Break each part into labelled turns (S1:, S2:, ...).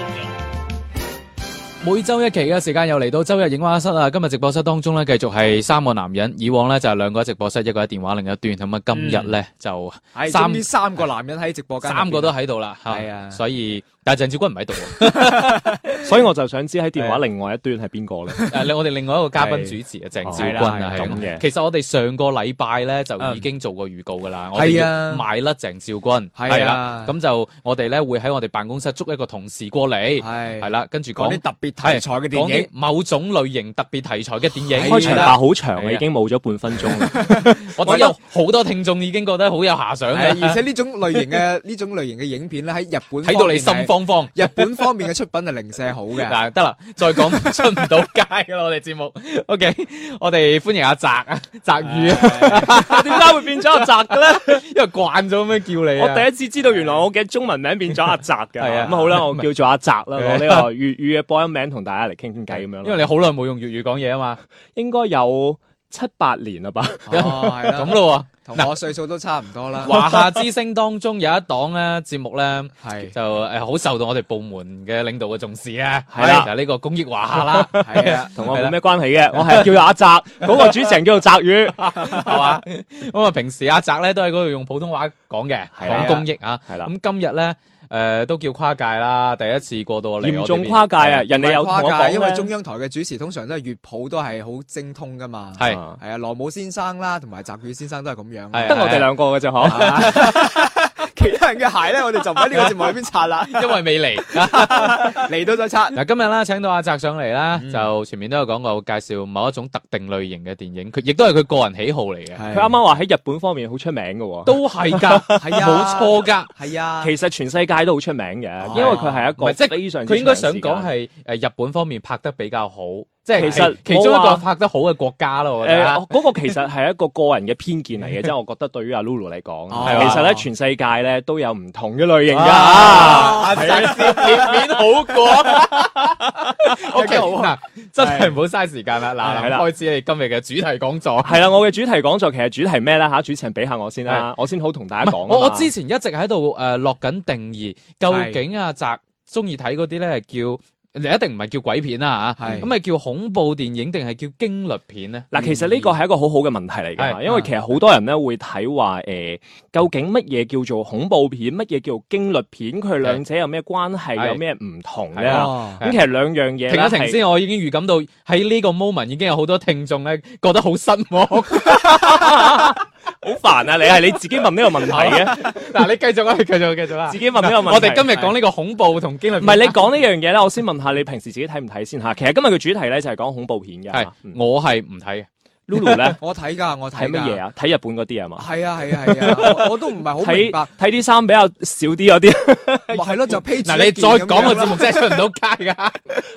S1: 影。
S2: 每周一期嘅時間又嚟到周日影畫室啊！今日直播室當中咧，繼續係三個男人。以往咧就係兩個喺直播室，一個喺電話，另一端。咁啊，今日
S3: 嗯
S2: 咧就
S3: 係，
S2: 三-
S3: 終於三個男人喺直播間入邊啦，
S2: 三個都喺度啦，
S3: 係啊
S2: 所以但係鄭少君唔喺度 喎，
S4: 所以我就想知喺電話另外一端係邊個咧？
S2: 誒我哋另外一個嘉賓主持啊，鄭少君
S3: 係
S2: 啊，
S3: 啦
S2: 係
S3: 係
S2: 咁
S4: 咁嘅
S2: 其實我哋上個禮拜咧就已經做過預告噶啦，我哋
S3: 係
S2: 要
S3: 啊
S2: 賣甩鄭少君，
S3: 係啊
S2: 啦，咁就我哋咧會喺我哋辦公室捉一個同事過嚟，
S3: 係
S2: 係啦，跟住
S3: 講
S2: 講
S3: 啲特別題材嘅電
S2: 講啲
S3: 影，
S2: 某種類型特別題材嘅電影，
S3: 係啊
S4: 開場白好長
S2: 係啊
S4: 啦，已經冇咗半分鐘啦。
S2: 我知有好多聽眾已經覺得好有遐想啊嘅，
S3: 係而且呢種類型嘅 呢種類型嘅影片咧，喺日 本
S2: 睇到你
S3: 方
S2: 心
S3: 面係。
S2: 慌慌。
S3: 日本方面嘅出品係零舍好 嘅，
S2: 嗱，得啦，再講 出唔到街噶啦，我哋節目。OK，我哋歡迎阿澤啊，澤宇啊， 點解會變咗阿澤嘅咧？因為慣咗咁樣叫你
S4: 我
S2: 啊。
S4: 第一次知道原來我嘅中文名變咗阿澤嘅，
S2: 係啊
S4: 咁好啦，我叫做阿澤啦，
S2: 係啊
S4: 我呢個粵語嘅播音名同大家嚟傾傾偈咁樣
S2: 因為
S4: 啦。
S2: 你好耐冇用粵語講嘢啊嘛，
S4: 應該有七八年啦吧？
S3: 哦係啦
S2: 咁，咯
S3: 同我歲數都差唔多啦
S2: 喎。，華夏之聲當中有一檔咧節目咧，
S3: 係
S2: 就誒好受到我哋部門嘅領導嘅重視啊。
S4: 係啦
S2: 就係呢個公益華夏啦，
S3: 係啊，
S4: 同我冇咩關係嘅，我係叫做阿澤，嗰個主持人叫做澤宇，
S2: 係嘛？咁啊，平時阿澤咧都喺嗰度用普通話講嘅，
S4: 係啊
S2: 講公益啊。
S4: 係啦。
S2: 咁今日咧，誒、都叫跨界啦，第一次過到嚟我哋
S4: 嚴重跨界啊！人哋有同
S3: 跨
S4: 我講
S3: 界，因為
S4: 咧
S3: 中央台嘅主持通常都係粵普都係好精通噶嘛。
S2: 係
S4: 啊
S3: 係啊，羅姆先生啦，同埋澤宇先生都係咁樣。
S2: 係
S4: 得我哋兩個嘅啫，嗬。
S3: 其他人嘅鞋咧，我哋就唔喺呢個節目裏邊擦啦，
S2: 邊，因為未嚟。
S3: 嚟到再 擦。
S2: 嗱，今日啦，請到阿澤上嚟啦，就前面都有講過介紹某一種特定類型嘅電影，佢亦都係佢個人喜好嚟嘅，
S3: 佢
S4: 佢啱啱話喺日本方面好出名嘅喎。
S2: 都係㗎，
S3: 係啊
S2: 冇錯㗎。
S3: 係啊，
S4: 其實全世界都好出名嘅，
S3: 哦
S4: 因為佢係一
S2: 唔係即係
S4: 個非常之
S2: 佢應該想
S4: 長時間
S2: 講係誒日本方面拍得比較好，即係
S4: 其實
S2: 其中一
S4: 我
S2: 個
S4: 話
S2: 拍得好嘅國家咯，我啊覺
S4: 誒
S2: 得。
S4: 呃我嗰個其實係一個個人嘅偏見嚟 嘅，即係我覺得對於阿 Lulu 嚟講，
S3: 哦
S4: 其實咧全世界咧都有唔同嘅類型㗎。
S3: 啊，
S2: 面面好過。O K，
S3: 真係好
S2: 嗱，真係唔好嘥時間啦。
S4: 係
S2: 嗱，
S4: 啦
S2: 開始你今日嘅主題講座。
S4: 係啦，我嘅主題講座其實主題咩咧嚇？主持人俾下我先啦，我先好同大家講啊嘛。
S2: 我我之前一直喺度誒落緊定義，究竟阿澤中意睇嗰啲咧係叫？你一定唔係叫鬼片啦嚇，
S3: 係
S2: 咁係叫恐怖電影定係叫驚慄片咧？
S4: 嗱，其實呢個係一個好好嘅問題嚟
S2: 嗯係啊
S4: 㗎，因為其實好多人咧會睇話誒，究竟乜嘢叫做恐怖片，乜嘢叫做驚慄片，佢兩者有咩關
S2: 係
S4: 係，有咩唔同
S2: 係
S4: 咧？
S2: 啊
S3: 哦
S4: 咁其實兩樣嘢
S2: 停
S4: 呢
S2: 一停
S4: 係
S2: 先，我已經預感到喺呢個 moment 已經有好多聽眾咧覺得好失 望。
S4: 好煩啊！你係你自己問呢個問題 嘅，
S2: 嗱，你繼續啊，你繼續，繼續啊
S4: 自。己問呢個問題。
S2: 我哋今日講呢個恐怖同驚慄
S4: 唔係
S2: 片。
S4: 你講呢樣嘢咧，我先問下你平時自己睇唔睇先嚇。其實今日嘅主題咧就係講恐怖片嘅。嗯
S2: 係我係唔睇嘅。
S4: Lulu 咧
S3: 我睇㗎，我
S4: 睇
S3: 睇
S4: 乜嘢
S3: 啊？
S4: 啊？睇日本嗰啲啊嘛？
S3: 係啊係啊係啊，我我都唔係好明
S4: 睇哎
S3: 白，
S4: 睇啲衫比較少啲嗰啲。
S3: 咪係咯就披住
S2: 嗱，你再講個節
S3: 目
S2: 目真係出唔到街㗎。
S4: 嚇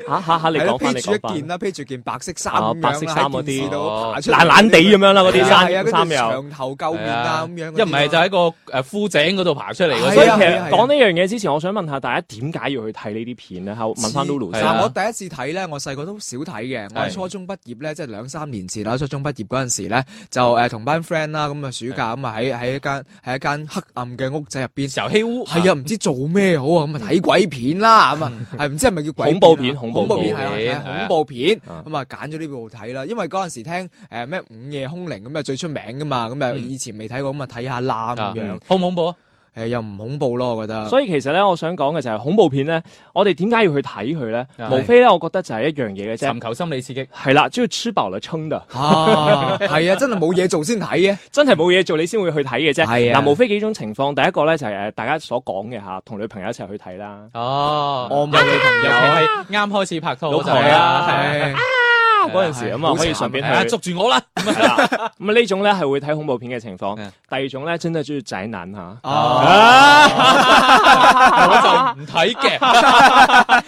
S4: 嚇嚇！你
S3: 係咯
S4: 講
S3: 披
S4: 翻，你
S3: 住
S4: 講
S3: 一
S4: 翻
S3: 件。啦，披住件白色衫
S4: 啊
S3: 咁樣
S4: 白色衫
S3: 啦喺
S4: 嗰啲
S3: 電視度爬出嚟
S4: 懶懶地咁樣啦，
S3: 係
S4: 嗰啲
S3: 啊係啊
S4: 衫
S3: 跟住
S4: 衫又。
S3: 長頭垢面啊咁樣嗰啲
S2: 一
S3: 啦，
S2: 唔係就喺個誒枯井嗰度爬出嚟嗰
S3: 係啊
S2: 啲
S4: 所以
S3: 係
S4: 其
S3: 啊係啊
S4: 實講呢樣嘢之前，我想問下大家點解要去睇呢啲片咧？嚇問翻 Lulu
S2: 係啊
S4: 先。
S3: 嗱，我第一次睇咧，我細個都少睇嘅。我
S2: 係
S3: 喺初中畢業咧，即係兩三年前啦。初中畢業嗰陣時咧，就誒同班 friend 啦，咁啊暑假咁啊喺喺一間喺一間黑暗嘅屋仔入邊。
S2: 時候欺污
S3: 係啊，唔知做咩好啊，咁啊睇鬼片啦，咁啊係唔知係咪叫鬼
S4: 嗯恐怖片
S3: 啊
S4: 恐
S3: 恐怖
S4: 怖
S3: 片
S2: 片
S3: 係啊
S2: 係啊
S3: 恐怖片，
S4: 啊
S3: 咁啊揀咗呢部睇啦，因為嗰陣時聽誒咩午夜凶鈴咁啊最出名噶嘛，咁啊
S2: 嗯
S3: 以前未睇過，咁啊睇下啦咁樣，
S2: 恐唔恐怖啊？
S3: 誒又唔恐怖咯，我覺得。
S4: 所以其實咧，我想講嘅就係恐怖片咧，我哋點解要去睇佢咧？
S2: 係
S4: 無非咧，我覺得就係一樣嘢嘅啫
S2: 尋。求心理刺激，
S4: 係啦，只要吃飽了撐的，
S3: 啊，係啊，真係冇嘢做先睇啊嘅，
S4: 真係冇嘢做你先會去睇嘅啫。
S3: 係啊
S4: 嗱，無非幾種情況，第一個咧就係誒大家所講嘅嚇，同女朋友一齊去睇啦。
S2: 哦，
S3: 我冇女朋
S2: 尤其
S3: 友。
S2: 係啱開始拍拖嗰陣
S4: 老婆啊
S2: 係
S3: 係
S4: 啊嗰陣時咁啊，可以順便
S2: 啊，
S4: 去
S2: 捉住我啦！
S4: 係啦。 咁啊呢種咧係會睇恐怖片嘅情況。
S2: 嗯
S4: 第二種咧，真係中意宅男嚇。
S3: 啊，
S4: 啊！
S2: 我就唔唔睇嘅，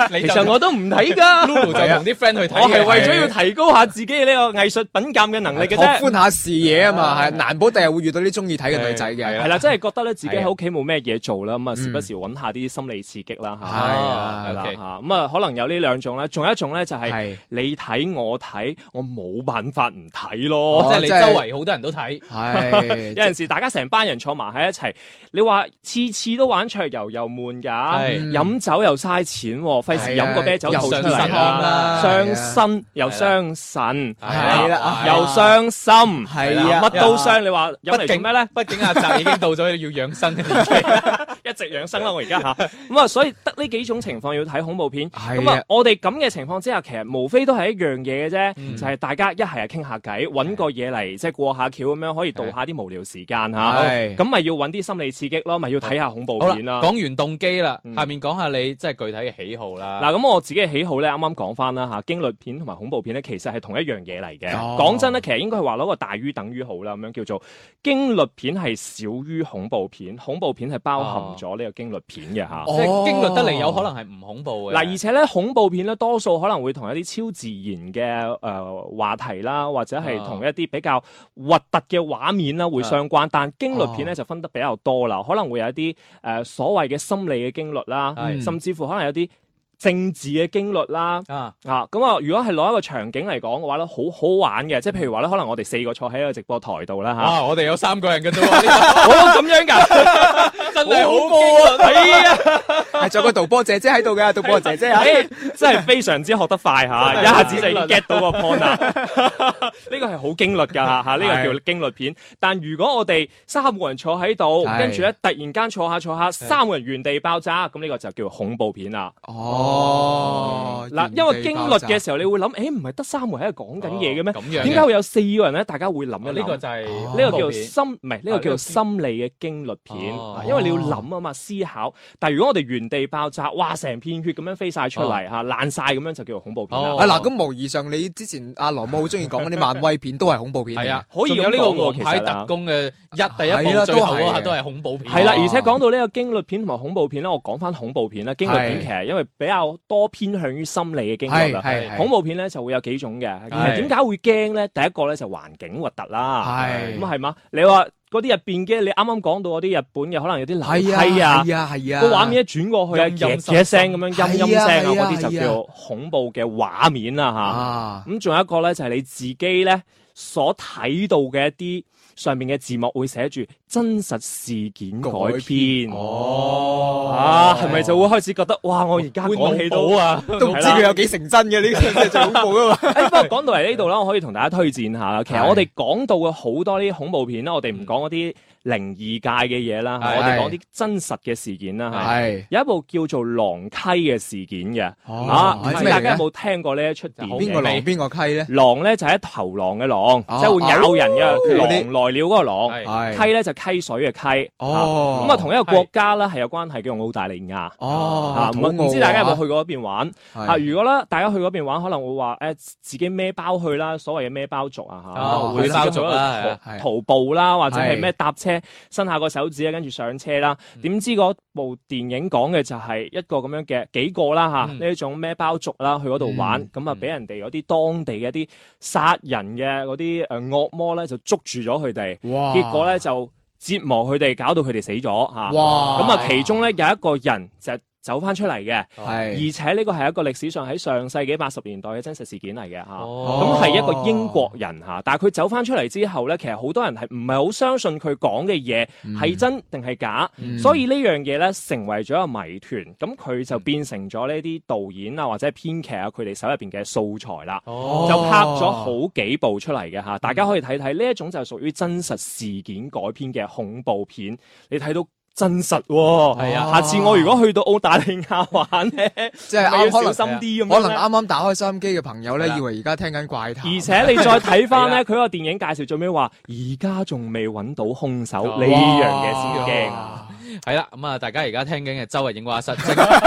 S4: 其實我都唔 睇噶，
S2: Lulu 就
S3: 啊
S2: 同啲 friend 去睇嘅，
S4: 我係啊為咗要提高下自己嘅呢個藝術品鑑嘅能力嘅
S3: 拓
S4: 啫。
S3: 寬下視野啊嘛，係難保第日會遇到啲中意睇嘅女仔嘅。
S4: 係啦，真係覺得咧自己
S2: 係啊
S4: 喺屋企冇咩嘢做啦，咁啊時不
S3: 嗯
S4: 時揾下啲心理刺激啦嚇，
S3: 係啊
S4: 係啦
S2: OK
S4: 嚇，咁啊可能有呢兩種啦，仲有一種咧就係
S3: 係
S4: 你睇我睇，我冇辦法唔睇
S3: 哦
S4: 咯。
S2: 即係你
S3: 即
S2: 周
S3: 係
S2: 圍好多人都睇，
S3: 係
S4: 有陣時大家成班人坐埋喺一齊，你話次次都玩桌遊又悶㗎，
S2: 係
S4: 飲酒又嘥錢喎，費事
S3: 係啊
S4: 飲個啤酒
S3: 又
S4: 吐出
S2: 上
S4: 嚟
S2: 身啦
S4: 啦，
S3: 係啊
S4: 傷身又傷腎，
S2: 啊
S3: 係啦
S4: 又
S3: 有
S4: 傷心，
S3: 係啊
S4: 乜都傷。你話飲嚟
S2: 畢
S4: 做
S2: 竟
S4: 咩咧？
S2: 畢竟阿澤已經到咗要養生嘅年紀。
S4: 一直養生啦，我而家吓咁啊，所以得呢幾種情況要睇恐怖片。
S3: 係
S4: 咁
S3: 啊
S4: 啊，我哋咁嘅情況之下，其實無非都係一樣嘢嘅
S2: 嗯
S4: 啫，就係大家一係啊傾下偈，揾個嘢嚟即係過下橋咁樣，可以度下啲無聊時間吓。
S3: 係
S4: 咁咪要揾啲心理刺激咯，咪要睇下恐怖
S2: 好啦，
S4: 片啦。
S2: 講完動機啦，
S4: 嗯
S2: 下面講下你即係具體嘅喜好啦。
S4: 嗱，咁我自己嘅喜好咧，啱啱講翻啦嚇，驚慄片同埋恐怖片咧，其實係同一樣嘢嚟嘅。
S3: 哦
S4: 講、真咧，其實應該係話攞個大於等於好啦，咁樣叫做驚慄片係少於恐怖片，恐怖片係包含咗呢個驚慄片嘅嚇。
S2: 即係經歷得嚟有可
S3: 能。
S2: 能係唔恐怖嘅。
S4: 哦嗱，而且咧恐怖片咧，多數可能會同一啲超自然嘅誒、呃、話題啦，或者係
S2: 啊
S4: 同一啲比較核突嘅畫面啦會相關。但驚慄
S2: 啊
S4: 片咧就分得比較多啦，可能會有一啲誒、呃所謂嘅心理嘅驚慄啦，
S2: 係
S4: 甚至乎可能有啲政治嘅驚慄啦。
S2: 啊，
S4: 啊，咁啊，如果係攞一個場景嚟講嘅話咧，好好玩嘅，即係譬如話咧，可能我哋四個坐喺一個直播台度啦嚇，
S2: 哇！啊我哋有三個人嘅啫 喎，
S4: 我都咁樣㗎，
S2: 真
S4: 係
S2: 係
S4: 好
S2: 好高啊！
S4: 係啊。
S3: 係仲有個導播姐姐喺度 嘅，導播姐姐啊，
S4: 哎真係非常之學得快嚇，
S2: 真係
S4: 一下子就已經 get 到個 point 啦。 呢個係好驚慄㗎嚇嚇，呢個叫驚慄片。但如果我哋三個人坐喺度，
S3: 係
S4: 跟住咧突然間坐下坐下，三個人原地爆炸，咁呢個就叫恐怖片啦。
S3: 哦，
S4: 嗱，因為驚慄嘅時候，你會諗，誒唔係得三個人喺度講緊嘢嘅咩？
S2: 哦咁樣嘅
S4: 點解會有四個人咧？大家會諗
S2: 哦
S4: 一
S2: 呢個
S4: 諗。
S2: 就係
S3: 呢
S4: 呢個
S2: 恐怖
S4: 叫
S2: 片
S4: 心唔係呢個叫做心理嘅驚慄片，
S2: 哦
S4: 啊因為你要諗啊嘛，思考。但係如果我哋原地爆炸，哇！成片血咁樣飛晒出嚟嚇，爛晒咁樣就叫做恐怖片
S2: 哦
S4: 啦。
S3: 啊嗱，咁無疑上你之前阿羅姆好中意講嗰啲漫威片都係恐怖片嚟嘅，
S2: 係啊，
S4: 可
S2: 仲
S4: 以
S2: 有呢個
S4: 咁講喎
S2: 王
S4: 其實
S2: 牌
S4: 啊
S2: 特工嘅一第一
S3: 係
S2: 部
S3: 啦
S2: 最後嗰
S3: 都係
S2: 下都係恐怖片。
S4: 係啦，
S3: 哦
S4: 而且講到呢個驚慄片同埋恐怖片咧，我講翻恐怖片啦。驚慄片
S3: 係
S4: 其實因為比較多偏向於心理嘅驚慄
S3: 係，
S4: 啦。
S3: 係係
S4: 恐怖片咧就會有幾種嘅，其
S2: 係
S4: 實點解會驚咧？第一個咧就環境核突啦，
S3: 係
S4: 咁係嘛？你話嗰啲入邊嘅，你啱啱講到嗰啲日本嘅，可能有啲樓
S3: 係啊
S4: 梯啊。
S3: 係啊係啊，
S4: 個畫面一轉過去啊，
S2: 陰
S4: 嘅
S2: 陰
S4: 嘅聲咁樣陰陰聲
S3: 係啊係
S4: 啊，
S3: 啊
S4: 嗰啲就叫恐怖嘅畫面啦
S3: 啊
S4: 吓。咁仲有一個咧，就係你自己咧所睇到嘅一啲上面嘅字幕會寫住真實事件改編。
S3: 哦
S4: 啊，係咪就會開始覺得哇？我而家
S2: 會
S4: 講起
S2: 腦
S4: 都
S2: 補啊，
S3: 都唔知佢有幾成真嘅呢個真係 最恐怖啊嘛，
S4: 誒，不過講到嚟呢度啦，我可以同大家推薦下啦。其實
S3: 係
S4: 我哋講到嘅好多呢啲恐怖片啦，我哋唔講嗰啲靈異界嘅嘢啦，
S2: 係
S4: 我哋講啲真實嘅事件啦。嚇
S3: 係
S4: 有一部叫做《狼溪》嘅事件嘅，
S3: 哦
S4: 啊，唔
S3: 係
S4: 知
S3: 咩嚟
S4: 大
S3: 嘅
S4: 家有冇聽過呢一出電
S3: 邊個
S4: 影？
S3: 狼邊個溪咧？
S4: 狼咧就係一頭狼嘅狼，
S3: 哦
S4: 即係會咬人嘅
S3: 嗰
S4: 狼
S3: 啲
S4: 來了嗰個狼。
S2: 係
S3: 係
S4: 溪咧就溪水嘅溪。啊
S3: 哦
S4: 咁啊，同一個國家咧係有關係嘅，澳大利亞。啊
S3: 哦，
S4: 唔唔知大家有冇去過嗰邊玩？啊，
S3: 去
S4: 如果咧大家去嗰邊玩，可能會話誒自己孭包去啦，所謂嘅孭包族啊
S2: 哦
S4: 嚇，會
S3: 孭
S2: 包族
S4: 做
S2: 啦係啊
S3: 係
S4: 徒步啦，或者係
S3: 係嗯
S4: 咩搭車伸下個手指啊，跟住上車啦。點知嗰部電影講嘅就係一個咁樣嘅幾個啦嚇，
S2: 嗯
S4: 呢一種孭包族啦去嗰度玩
S3: 嗯，
S4: 咁啊
S2: 嗯
S4: 俾人哋嗰啲當地嘅一啲殺人嘅嗰啲誒惡魔咧就捉住咗佢哋，
S3: 哇
S4: 結果咧就折磨佢哋，搞到佢哋死咗
S3: 哇
S4: 嚇。咁啊，其中咧有一個人就係走翻出嚟嘅，
S3: 係
S4: 而且呢個係一個歷史上喺上世紀八十年代嘅真實事件嚟嘅嚇。
S2: 哦
S4: 啊咁係一個英國人嚇，但係佢走翻出嚟之後咧，其實好多人係唔係好相信佢講嘅嘢係真定係假，
S3: 嗯
S4: 所以呢樣嘢咧成為咗一個謎團。咁佢就變成咗呢啲導演啊或者係編劇啊佢哋手入邊嘅素材啦。
S2: 哦
S4: 就拍咗好幾部出嚟嘅嚇，大家可以睇睇呢一種就係屬於真實事件改編嘅恐怖片，你睇到。真實喎、
S2: 係
S3: 啊
S4: 下次我如果去到澳大利亞玩咧，
S3: 即係啊
S4: 咪要
S3: 啱可能
S4: 小心啲咁樣
S3: 可能
S4: 咧
S3: 啱啱打開收音機嘅朋友
S2: 係
S3: 咧，
S2: 啦
S3: 以為而家聽緊怪談，
S4: 而且你再睇 翻咧，
S2: 係啦
S4: 佢個電影介紹最尾話，而家仲未揾到兇手呢樣嘢先驚啊！
S2: 系 啦，咁啊，大家而家聽緊嘅周日影畫室，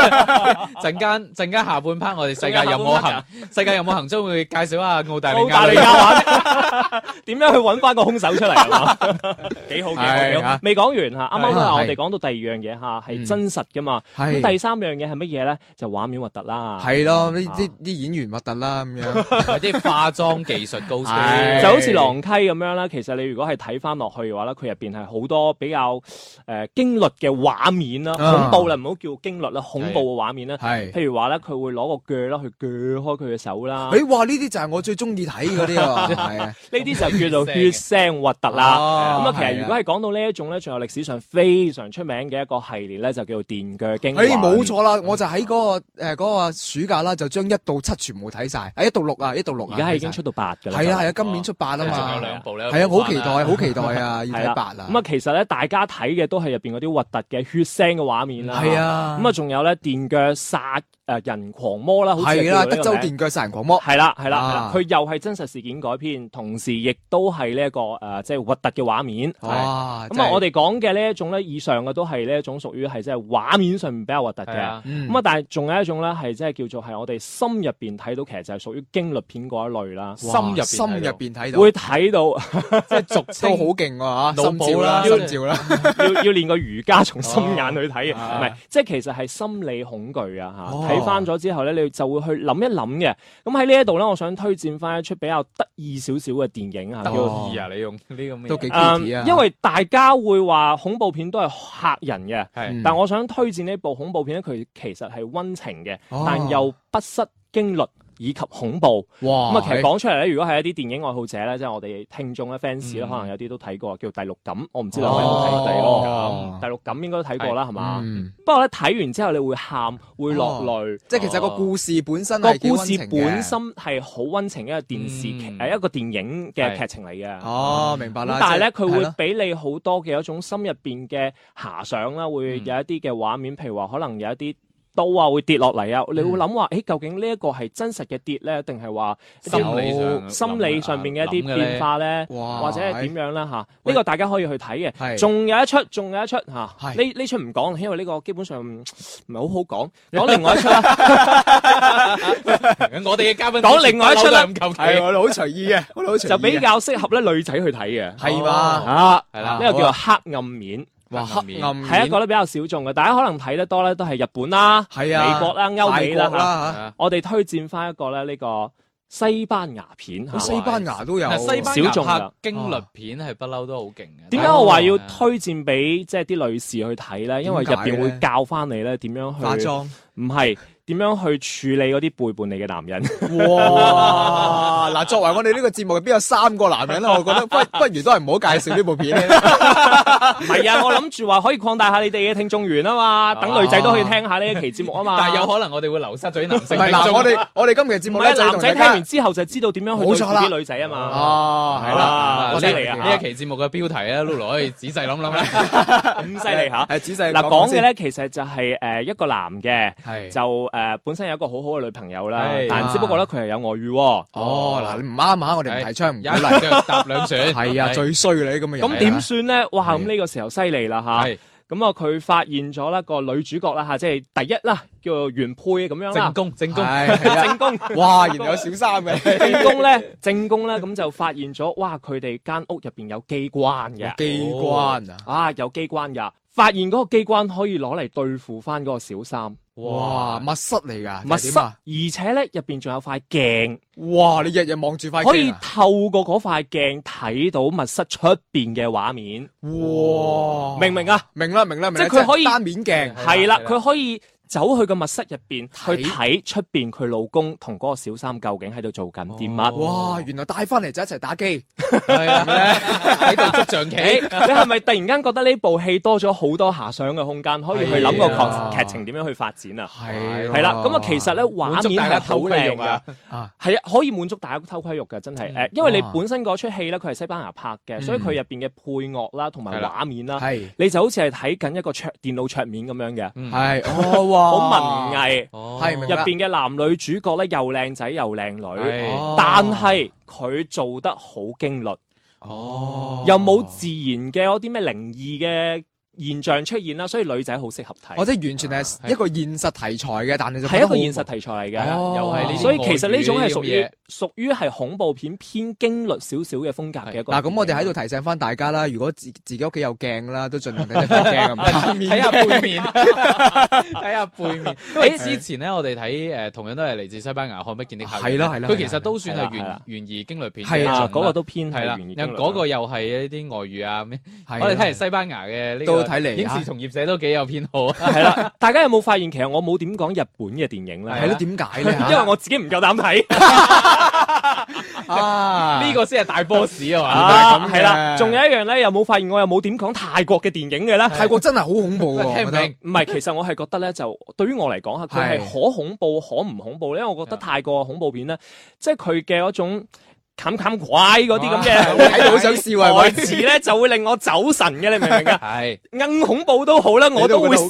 S2: 陣間陣間下半 part 我哋世界任我行，世界任我行將會介紹下澳大利
S4: 澳
S2: 亞
S4: 大利
S2: 女
S4: 亞玩，啊 點樣去揾翻個兇手出嚟 係嘛？ 幾好幾好
S2: 係
S4: 幾好
S2: 啊，
S4: 未講完嚇，啱啱
S3: 係
S4: 啊
S3: 係
S4: 我哋講到第二樣嘢嚇，係
S2: 嗯
S4: 真實噶嘛。
S3: 係
S4: 咁第啊三樣嘢係乜嘢咧？就畫面核突啦。
S3: 係咯，呢啲啲演員核突啦咁樣。
S2: 或者化妝技術高
S3: 係
S2: 超，
S4: 就好似狼溪咁樣啦，其實你如果係睇翻落去嘅話咧，佢入邊係好多比較誒、呃、驚慄嘅畫面啦，
S3: 啊
S4: 恐怖啦，唔好叫驚慄啦，恐怖嘅畫面啦。
S3: 係。
S4: 譬如話咧，佢會攞個鋸啦去鋸開佢嘅手啦，呢
S3: 诶，哇！呢啲就係我最中意睇嗰啲 啊，係啊，
S4: 啲就叫做血腥核突啦。
S3: 哦
S4: 咁啊，其
S3: 係
S4: 實如果係講到呢一種咧，仲有歷史上非常出名嘅一個系列咧，就叫做電鋸驚魂。
S3: 诶，哎啊冇錯
S4: 嗯
S3: 啦，我就喺嗰個诶嗰個暑假啦，就將一到七全部睇晒，诶一到六啊，一到六啊，
S4: 而家係已經出到八㗎啦。
S3: 係啊
S4: 就
S3: 係啊，今年出八啊
S2: 仲有
S3: 嘛，
S2: 兩部咧，
S3: 係啊，我好期待，
S2: 補返啦
S3: 好期待 啊，要
S4: 係
S3: 睇八啦，
S4: 咁啊，其實咧，大家睇嘅都係入邊嗰啲核突嘅血腥嘅畫面啦。
S3: 係。啊，
S4: 咁啊，仲有咧電鋸殺誒人狂魔啦，好似
S3: 係啦，
S4: 叫
S3: 德
S4: 做呢個
S3: 州
S4: 名
S3: 電鋸殺人狂魔，
S4: 係啦，係啦，係啦
S3: 啊
S4: 佢又係真實事件改編，同時亦都係呢一個誒，即係核突嘅畫面。係
S3: 哇！
S4: 咁啊，我哋講嘅呢一種咧，以上嘅都係呢一種屬於係即係畫面上面比較核突
S2: 係
S4: 嘅。
S2: 啊，
S3: 哋
S4: 咁啊，但係仲有一種咧，係即係叫做係我哋心入邊睇到，其實就係屬於驚慄片嗰一類啦，
S2: 深入
S3: 深入
S2: 邊
S3: 邊睇到，
S4: 會睇到
S2: 睇到，即係俗
S3: 都好
S2: 稱
S3: 勁喎
S2: 腦
S3: 嚇，心照
S2: 補
S3: 啦，
S2: 啦
S3: 心照啦，
S4: 要要練個瑜伽從心眼去睇嘅，
S3: 哦啊
S4: 唔係即係其實係心理恐懼啊嚇。
S3: 哦
S4: 睇翻咗之後咧，你就會去諗一諗嘅。咁喺呢一度咧，我想推薦翻一出比較得意少少嘅電影啊，
S2: 得
S4: 叫
S3: 哦
S2: 意啊！你用呢咁嘅
S3: 都幾
S4: 誒
S3: creepy 啊，
S4: 因為大家會話恐怖片都係嚇人嘅，
S2: 係
S3: 嗯
S4: 但我想推薦呢部恐怖片咧，佢其實係温情嘅，
S3: 哦
S4: 但又不失驚慄。以及恐怖
S3: 哇
S4: 咁啊，其實講出嚟咧，如果係一啲電影愛好者咧，即係我哋聽眾咧、fans 咧，可
S3: 嗯
S4: 能有啲都睇過，叫《第六感》，我唔知兩位有冇睇過《第六感》。
S3: 哦
S4: 《第六感》應該都睇過啦，係嘛？
S3: 嗯
S4: 不過咧，睇完之後你會喊，會落淚。
S3: 即係其實個故事本身
S4: 個
S3: 哦係幾
S4: 故
S3: 溫
S4: 事
S3: 情嘅
S4: 本身係好温情嘅一個電視劇，
S2: 嗯
S4: 係一個電影嘅
S2: 係
S4: 劇情嚟嘅。
S3: 哦，明白
S4: 咁
S3: 啦。
S4: 但係咧，
S3: 即
S4: 佢
S3: 係
S4: 會
S3: 啦
S4: 俾你好多嘅一種心入邊嘅遐想啦，
S3: 嗯
S4: 會有一啲嘅畫面，譬如話可能有一啲。刀啊會跌落嚟
S3: 嗯
S4: 啊！你會諗話，誒究竟呢一個係真實嘅跌咧，定係話一啲
S2: 心理
S3: 啊
S2: 上
S4: 心理上邊嘅一啲變化咧，
S3: 哇
S4: 或者係點樣啦嚇？呢
S3: 喂
S4: 個大家可以去睇嘅。
S3: 係
S4: 仲有一出，仲有一出嚇，呢
S3: 係
S4: 呢出唔講，因為呢個基本上嗯唔係好 好講。講另外一出啦，
S2: 我哋嘅嘉賓
S4: 講另外一出啦
S2: 都係咁求
S3: 係
S2: 其
S3: 我哋好隨意嘅，我哋好隨意嘅啊
S4: 就比較適合咧女仔去睇嘅。
S3: 係嘛？
S4: 啊，
S2: 係啦
S4: 呢個叫
S3: 好
S4: 做
S3: 啊
S4: 黑暗面。
S3: 哇，黑暗面
S4: 係一個咧比較小眾嘅，大家可能睇得多咧都係日本啦、
S3: 係啊，
S4: 美國啦、歐美啦
S3: 泰國
S4: 嚇。
S3: 啦
S4: 我哋推薦翻一個咧呢個西班牙片
S3: 嚇，
S4: 嚇。
S3: 西班牙都有
S2: 但係西班牙
S4: 小眾㗎
S2: 拍驚慄片係不嬲都好勁嘅。
S4: 點解我話要
S2: 係啊
S4: 推薦俾即係啲女士去睇咧？因為入
S3: 哦點解
S4: 邊
S3: 咧
S4: 會教翻你咧點樣去
S3: 化妝，
S4: 唔係點樣去處理嗰啲背叛你嘅 男人。
S3: 哇！嗱，作為我哋呢個節目入邊有三個男人啦，我覺 得不不如都係唔好介紹呢部片咧。
S4: 唔係啊，我諗住話可以擴大下你哋嘅聽眾緣啊嘛，
S3: 哦
S4: 等女仔都可以聽下呢一期節目 啊嘛。
S2: 但係有可能我哋會流失咗啲男
S3: 唔
S2: 性
S3: 係
S2: 聽
S3: 嗱，
S2: 眾
S3: 我哋我哋今期節
S4: 唔
S3: 目
S4: 係
S3: 咧
S4: 啊
S3: 就要
S4: 男
S3: 同
S4: 仔
S3: 大
S4: 聽完
S3: 家
S4: 之後就知道點樣去對付
S3: 冇錯啦
S4: 啲女仔啊嘛。
S3: 哦，係啦，
S4: 啊
S2: 啊
S4: 犀利啊
S2: 呢一期節目嘅標題咧，Lulu 可以仔細諗諗啦。
S4: 咁犀利嚇！
S3: 係仔細
S4: 嗱
S3: 講
S4: 講嘅
S3: 先
S4: 咧，其實就係誒一個男嘅，
S3: 係
S4: 就誒、呃本身有一個好好嘅女朋友啦
S2: 係，
S4: 但
S3: 啊
S4: 只不過咧佢係有外遇喎。
S3: 哦，嗱，你唔啱啊，我哋唔提倡，唔
S2: 有
S3: 鼓
S2: 一
S3: 勵。
S2: 輪就搭兩船。
S3: 係啊，最衰你咁嘅人。
S4: 咁點算咧？哇！咁呢個時候犀利啦吓，
S2: 係
S4: 咁啊佢發現咗啦個女主角啦吓，即係第一啦，叫做原配咁樣
S2: 正
S4: 啦。
S2: 宮正宮。
S3: 係係啊
S4: 正宮，
S3: 哇，原來有小三嘅。
S4: 正宮咧，正宮咧，咁就發現咗，哇！佢哋間屋入邊有機關嘅，
S3: 机關啊！
S4: 啊有機關㗎，發現嗰個機關可以攞嚟對付翻嗰個小三，
S3: 哇，密室嚟㗎，
S4: 密
S3: 定係
S4: 室，
S3: 點啊！
S4: 而且咧入邊仲有塊鏡。
S3: 哇，你日日望住塊
S4: 可以
S3: 鏡啊
S4: 透過嗰塊鏡睇到密室出邊嘅畫面，
S3: 哇，
S4: 明唔明啊？
S3: 明啦明啦明啦，
S4: 即係佢可以
S3: 係單面鏡，
S4: 係啦，
S2: 哦係啦哦
S4: 佢可以走去個密室入邊去
S3: 睇
S4: 睇出邊佢老公同嗰個小三究竟喺度做緊啲乜？
S2: 哦
S3: 哇，原來帶翻嚟就一齊打機，
S2: 係啊， 喺度捉象棋。
S4: 誒你係咪突然間覺得呢部戲多咗好多遐想嘅空間，可以去諗
S2: 係
S4: 個
S3: 啊
S4: 劇劇情點樣去發展啊？
S3: 係
S4: 係啦，咁啊，其實咧畫面係
S2: 滿足大家
S4: 好靚
S2: 口味
S4: 㗎
S2: 啊，
S3: 哦啊
S4: 係啊，可以滿足大家偷窺欲㗎，真係誒，因為
S2: 嗯
S4: 你
S3: 哇
S4: 本身嗰出戲咧，佢係西班牙拍嘅，所以佢入邊嘅配樂啦，同埋
S2: 係啦
S4: 畫面啦。
S3: 係
S4: 你就好似係睇緊一個桌電腦桌面咁樣嘅，
S2: 嗯
S3: 係哦哇，
S4: 好文藝。
S2: 哦
S3: 係明
S4: 入
S3: 白
S4: 邊嘅男女主角咧又靚仔又靚女，
S2: 係
S3: 哦
S4: 但係佢做得好驚慄，
S3: 哦
S4: 又冇自然嘅嗰啲咩靈異嘅現象出現啦，所以女仔好適合睇。
S3: 我哦即係完全係一個現實題材嘅，但係就
S4: 係一個現實題材嚟嘅，
S2: 哦
S4: 又係呢啲。所以其實呢種係屬於屬於係恐怖片偏驚慄少少嘅風格嘅一個。
S3: 嗱，咁我哋喺度提醒翻大家啦，如果自自己屋企有鏡啦，都盡量睇睇塊鏡啊 咁。
S2: 睇下背面，睇下背面。因為之前咧，我哋睇誒同樣都係嚟自西班牙《看不見的客人》，
S3: 係啦係啦
S2: 啊佢其實都算係
S4: 係
S2: 懸
S4: 啦
S2: 懸疑驚慄片嘅一
S3: 係
S2: 種
S4: 啊
S2: 啦，
S4: 嗰個都偏
S2: 係
S4: 係
S2: 啦，
S4: 懸疑驚慄
S2: 嗰個又係一啲外語啊咩？
S3: 係啦
S2: 我哋睇嚟西班牙嘅呢
S3: 都
S2: 個
S3: 睇嚟
S2: 影
S3: 啊
S2: 視從業者都幾有偏好啊。
S4: 係啦，大家有冇發現其實我冇點講日本嘅電影咧？
S3: 係咯，點解咧？
S4: 啊 因為我自己唔夠膽睇。
S3: 我啊
S2: 呢個先係大 boss 啊嘛。
S3: 啊咁嘅
S4: 係啦，仲有一樣咧，有冇發現我又冇點講泰國嘅電影嘅咧？
S3: 泰國真係好恐怖 喎，
S2: 啊聽唔
S3: 我覺得
S2: 明？
S4: 唔係，其實我係覺得咧，就對於我嚟講啊，佢
S3: 係
S4: 係可恐怖可唔恐怖咧？因為我覺得泰國嘅恐怖片咧，即係佢嘅嗰種冚冚怪嗰啲咁嘅
S3: 睇到好想笑啊！
S4: 台
S3: 喂
S4: 詞咧，就會令我走神嘅，你明唔明 啊？
S2: 係
S4: 硬恐怖都好啦，我都會笑。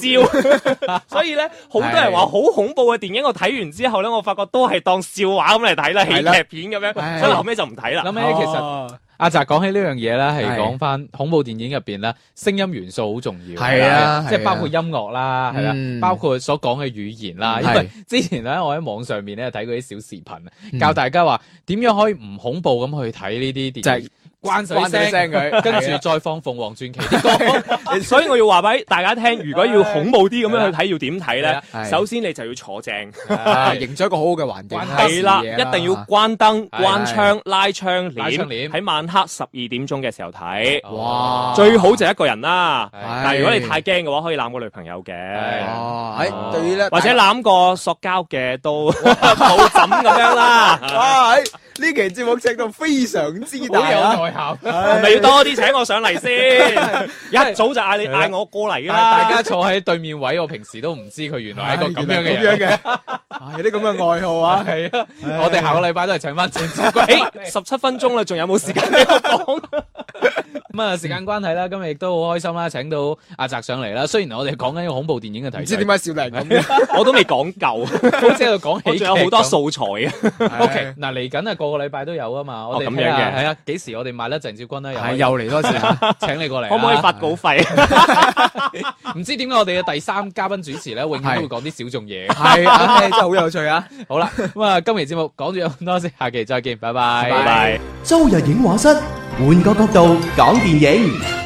S4: 所以咧，好多人話好恐怖嘅電影，我睇完之後咧，我發覺都係當笑話咁嚟睇啦，
S3: 係啦
S4: 喜劇片咁樣，
S3: 唉
S4: 所以後尾就唔睇啦。
S2: 諗起其實阿澤講起呢樣嘢咧，係
S3: 係
S2: 講翻恐怖電影入邊咧，聲音元素好重要。
S3: 係啊
S2: 即
S3: 係
S2: 係
S3: 啊
S2: 包括音樂啦，係啦，
S3: 嗯
S2: 包括所講嘅語言啦。
S3: 嗯
S2: 因為之前咧，我喺網上面咧睇過啲小視頻，啊
S3: 嗯
S2: 教大家話點樣可以唔恐怖咁去睇呢啲
S3: 就
S2: 電影
S3: 係，
S2: 關
S3: 關
S2: 水聲
S3: 水聲佢
S2: 跟
S3: 係
S2: 住
S3: 啊
S2: 再放鳳凰傳奇啲 歌。
S4: 所以我要話俾大家聽，如果要恐怖啲咁樣去睇，要點睇咧？
S3: 係
S4: 首先你就要坐正。
S3: 啊營造一個好好嘅環境
S2: 關
S3: 啦，
S4: 係啦，
S3: 視野
S4: 一定要關
S2: 係
S4: 燈、關窗、拉窗
S2: 拉窗簾
S4: 簾，喺晚黑十二點鐘嘅時候睇，
S2: 啊
S3: 哇
S4: 最好就一個人啦。
S2: 哦係
S4: 但係如果你太驚嘅話，可以攬個女朋友
S2: 係
S4: 嘅，
S3: 哦，喺對於咧，
S4: 或者攬個塑膠嘅都抱枕咁樣啦。
S3: 啊，喺呢期節目尺度非常之大
S2: 好
S3: 啊！
S2: 有內涵。
S4: 係咪要多啲請我上嚟先？一早就嗌你嗌我過嚟
S2: 但
S4: 啦。
S2: 係大家坐喺對面位，我平時都唔知佢原來係一個咁樣嘅
S3: 原來
S2: 人。
S3: 咁樣嘅，啊有啲咁嘅愛好 啊！
S2: 係啊，我哋下個禮拜都係請翻鄭志貴。
S4: 誒十七分鐘啦，仲有冇時間俾我講？
S2: 咁
S4: 嗯
S2: 啊，時間關係啦，今日亦都好開心啦，請到阿澤上嚟啦。雖然我哋講緊一個恐怖電影嘅題
S3: 唔知
S2: 材
S3: 點，
S4: 啊
S3: 解笑玲 咁
S4: 我都未講夠，
S2: 好似喺度講
S4: 我
S2: 喜劇
S4: 仲有好多
S2: 咁。
S4: 素材嘅。
S3: 嘅
S2: OK，嗱嚟緊啊，個個禮拜都有啊嘛。我哋
S4: 哦咁
S2: 睇下
S4: 樣嘅
S2: 係啊，幾時我哋買得鄭少君啦？
S3: 係
S2: 又
S3: 又嚟多次啊！
S2: 請你過嚟啊，
S4: 可唔可以發稿費？啊
S2: 唔知點解我哋嘅第三嘉賓主持咧，永遠都會講啲小眾嘢。
S3: 系啊，真係好有趣啊！
S2: 好啦，咁啊，今期節目講咗咁多先，下期再見，拜拜
S4: 拜。拜。
S1: 周日影畫室，換個角度講電影。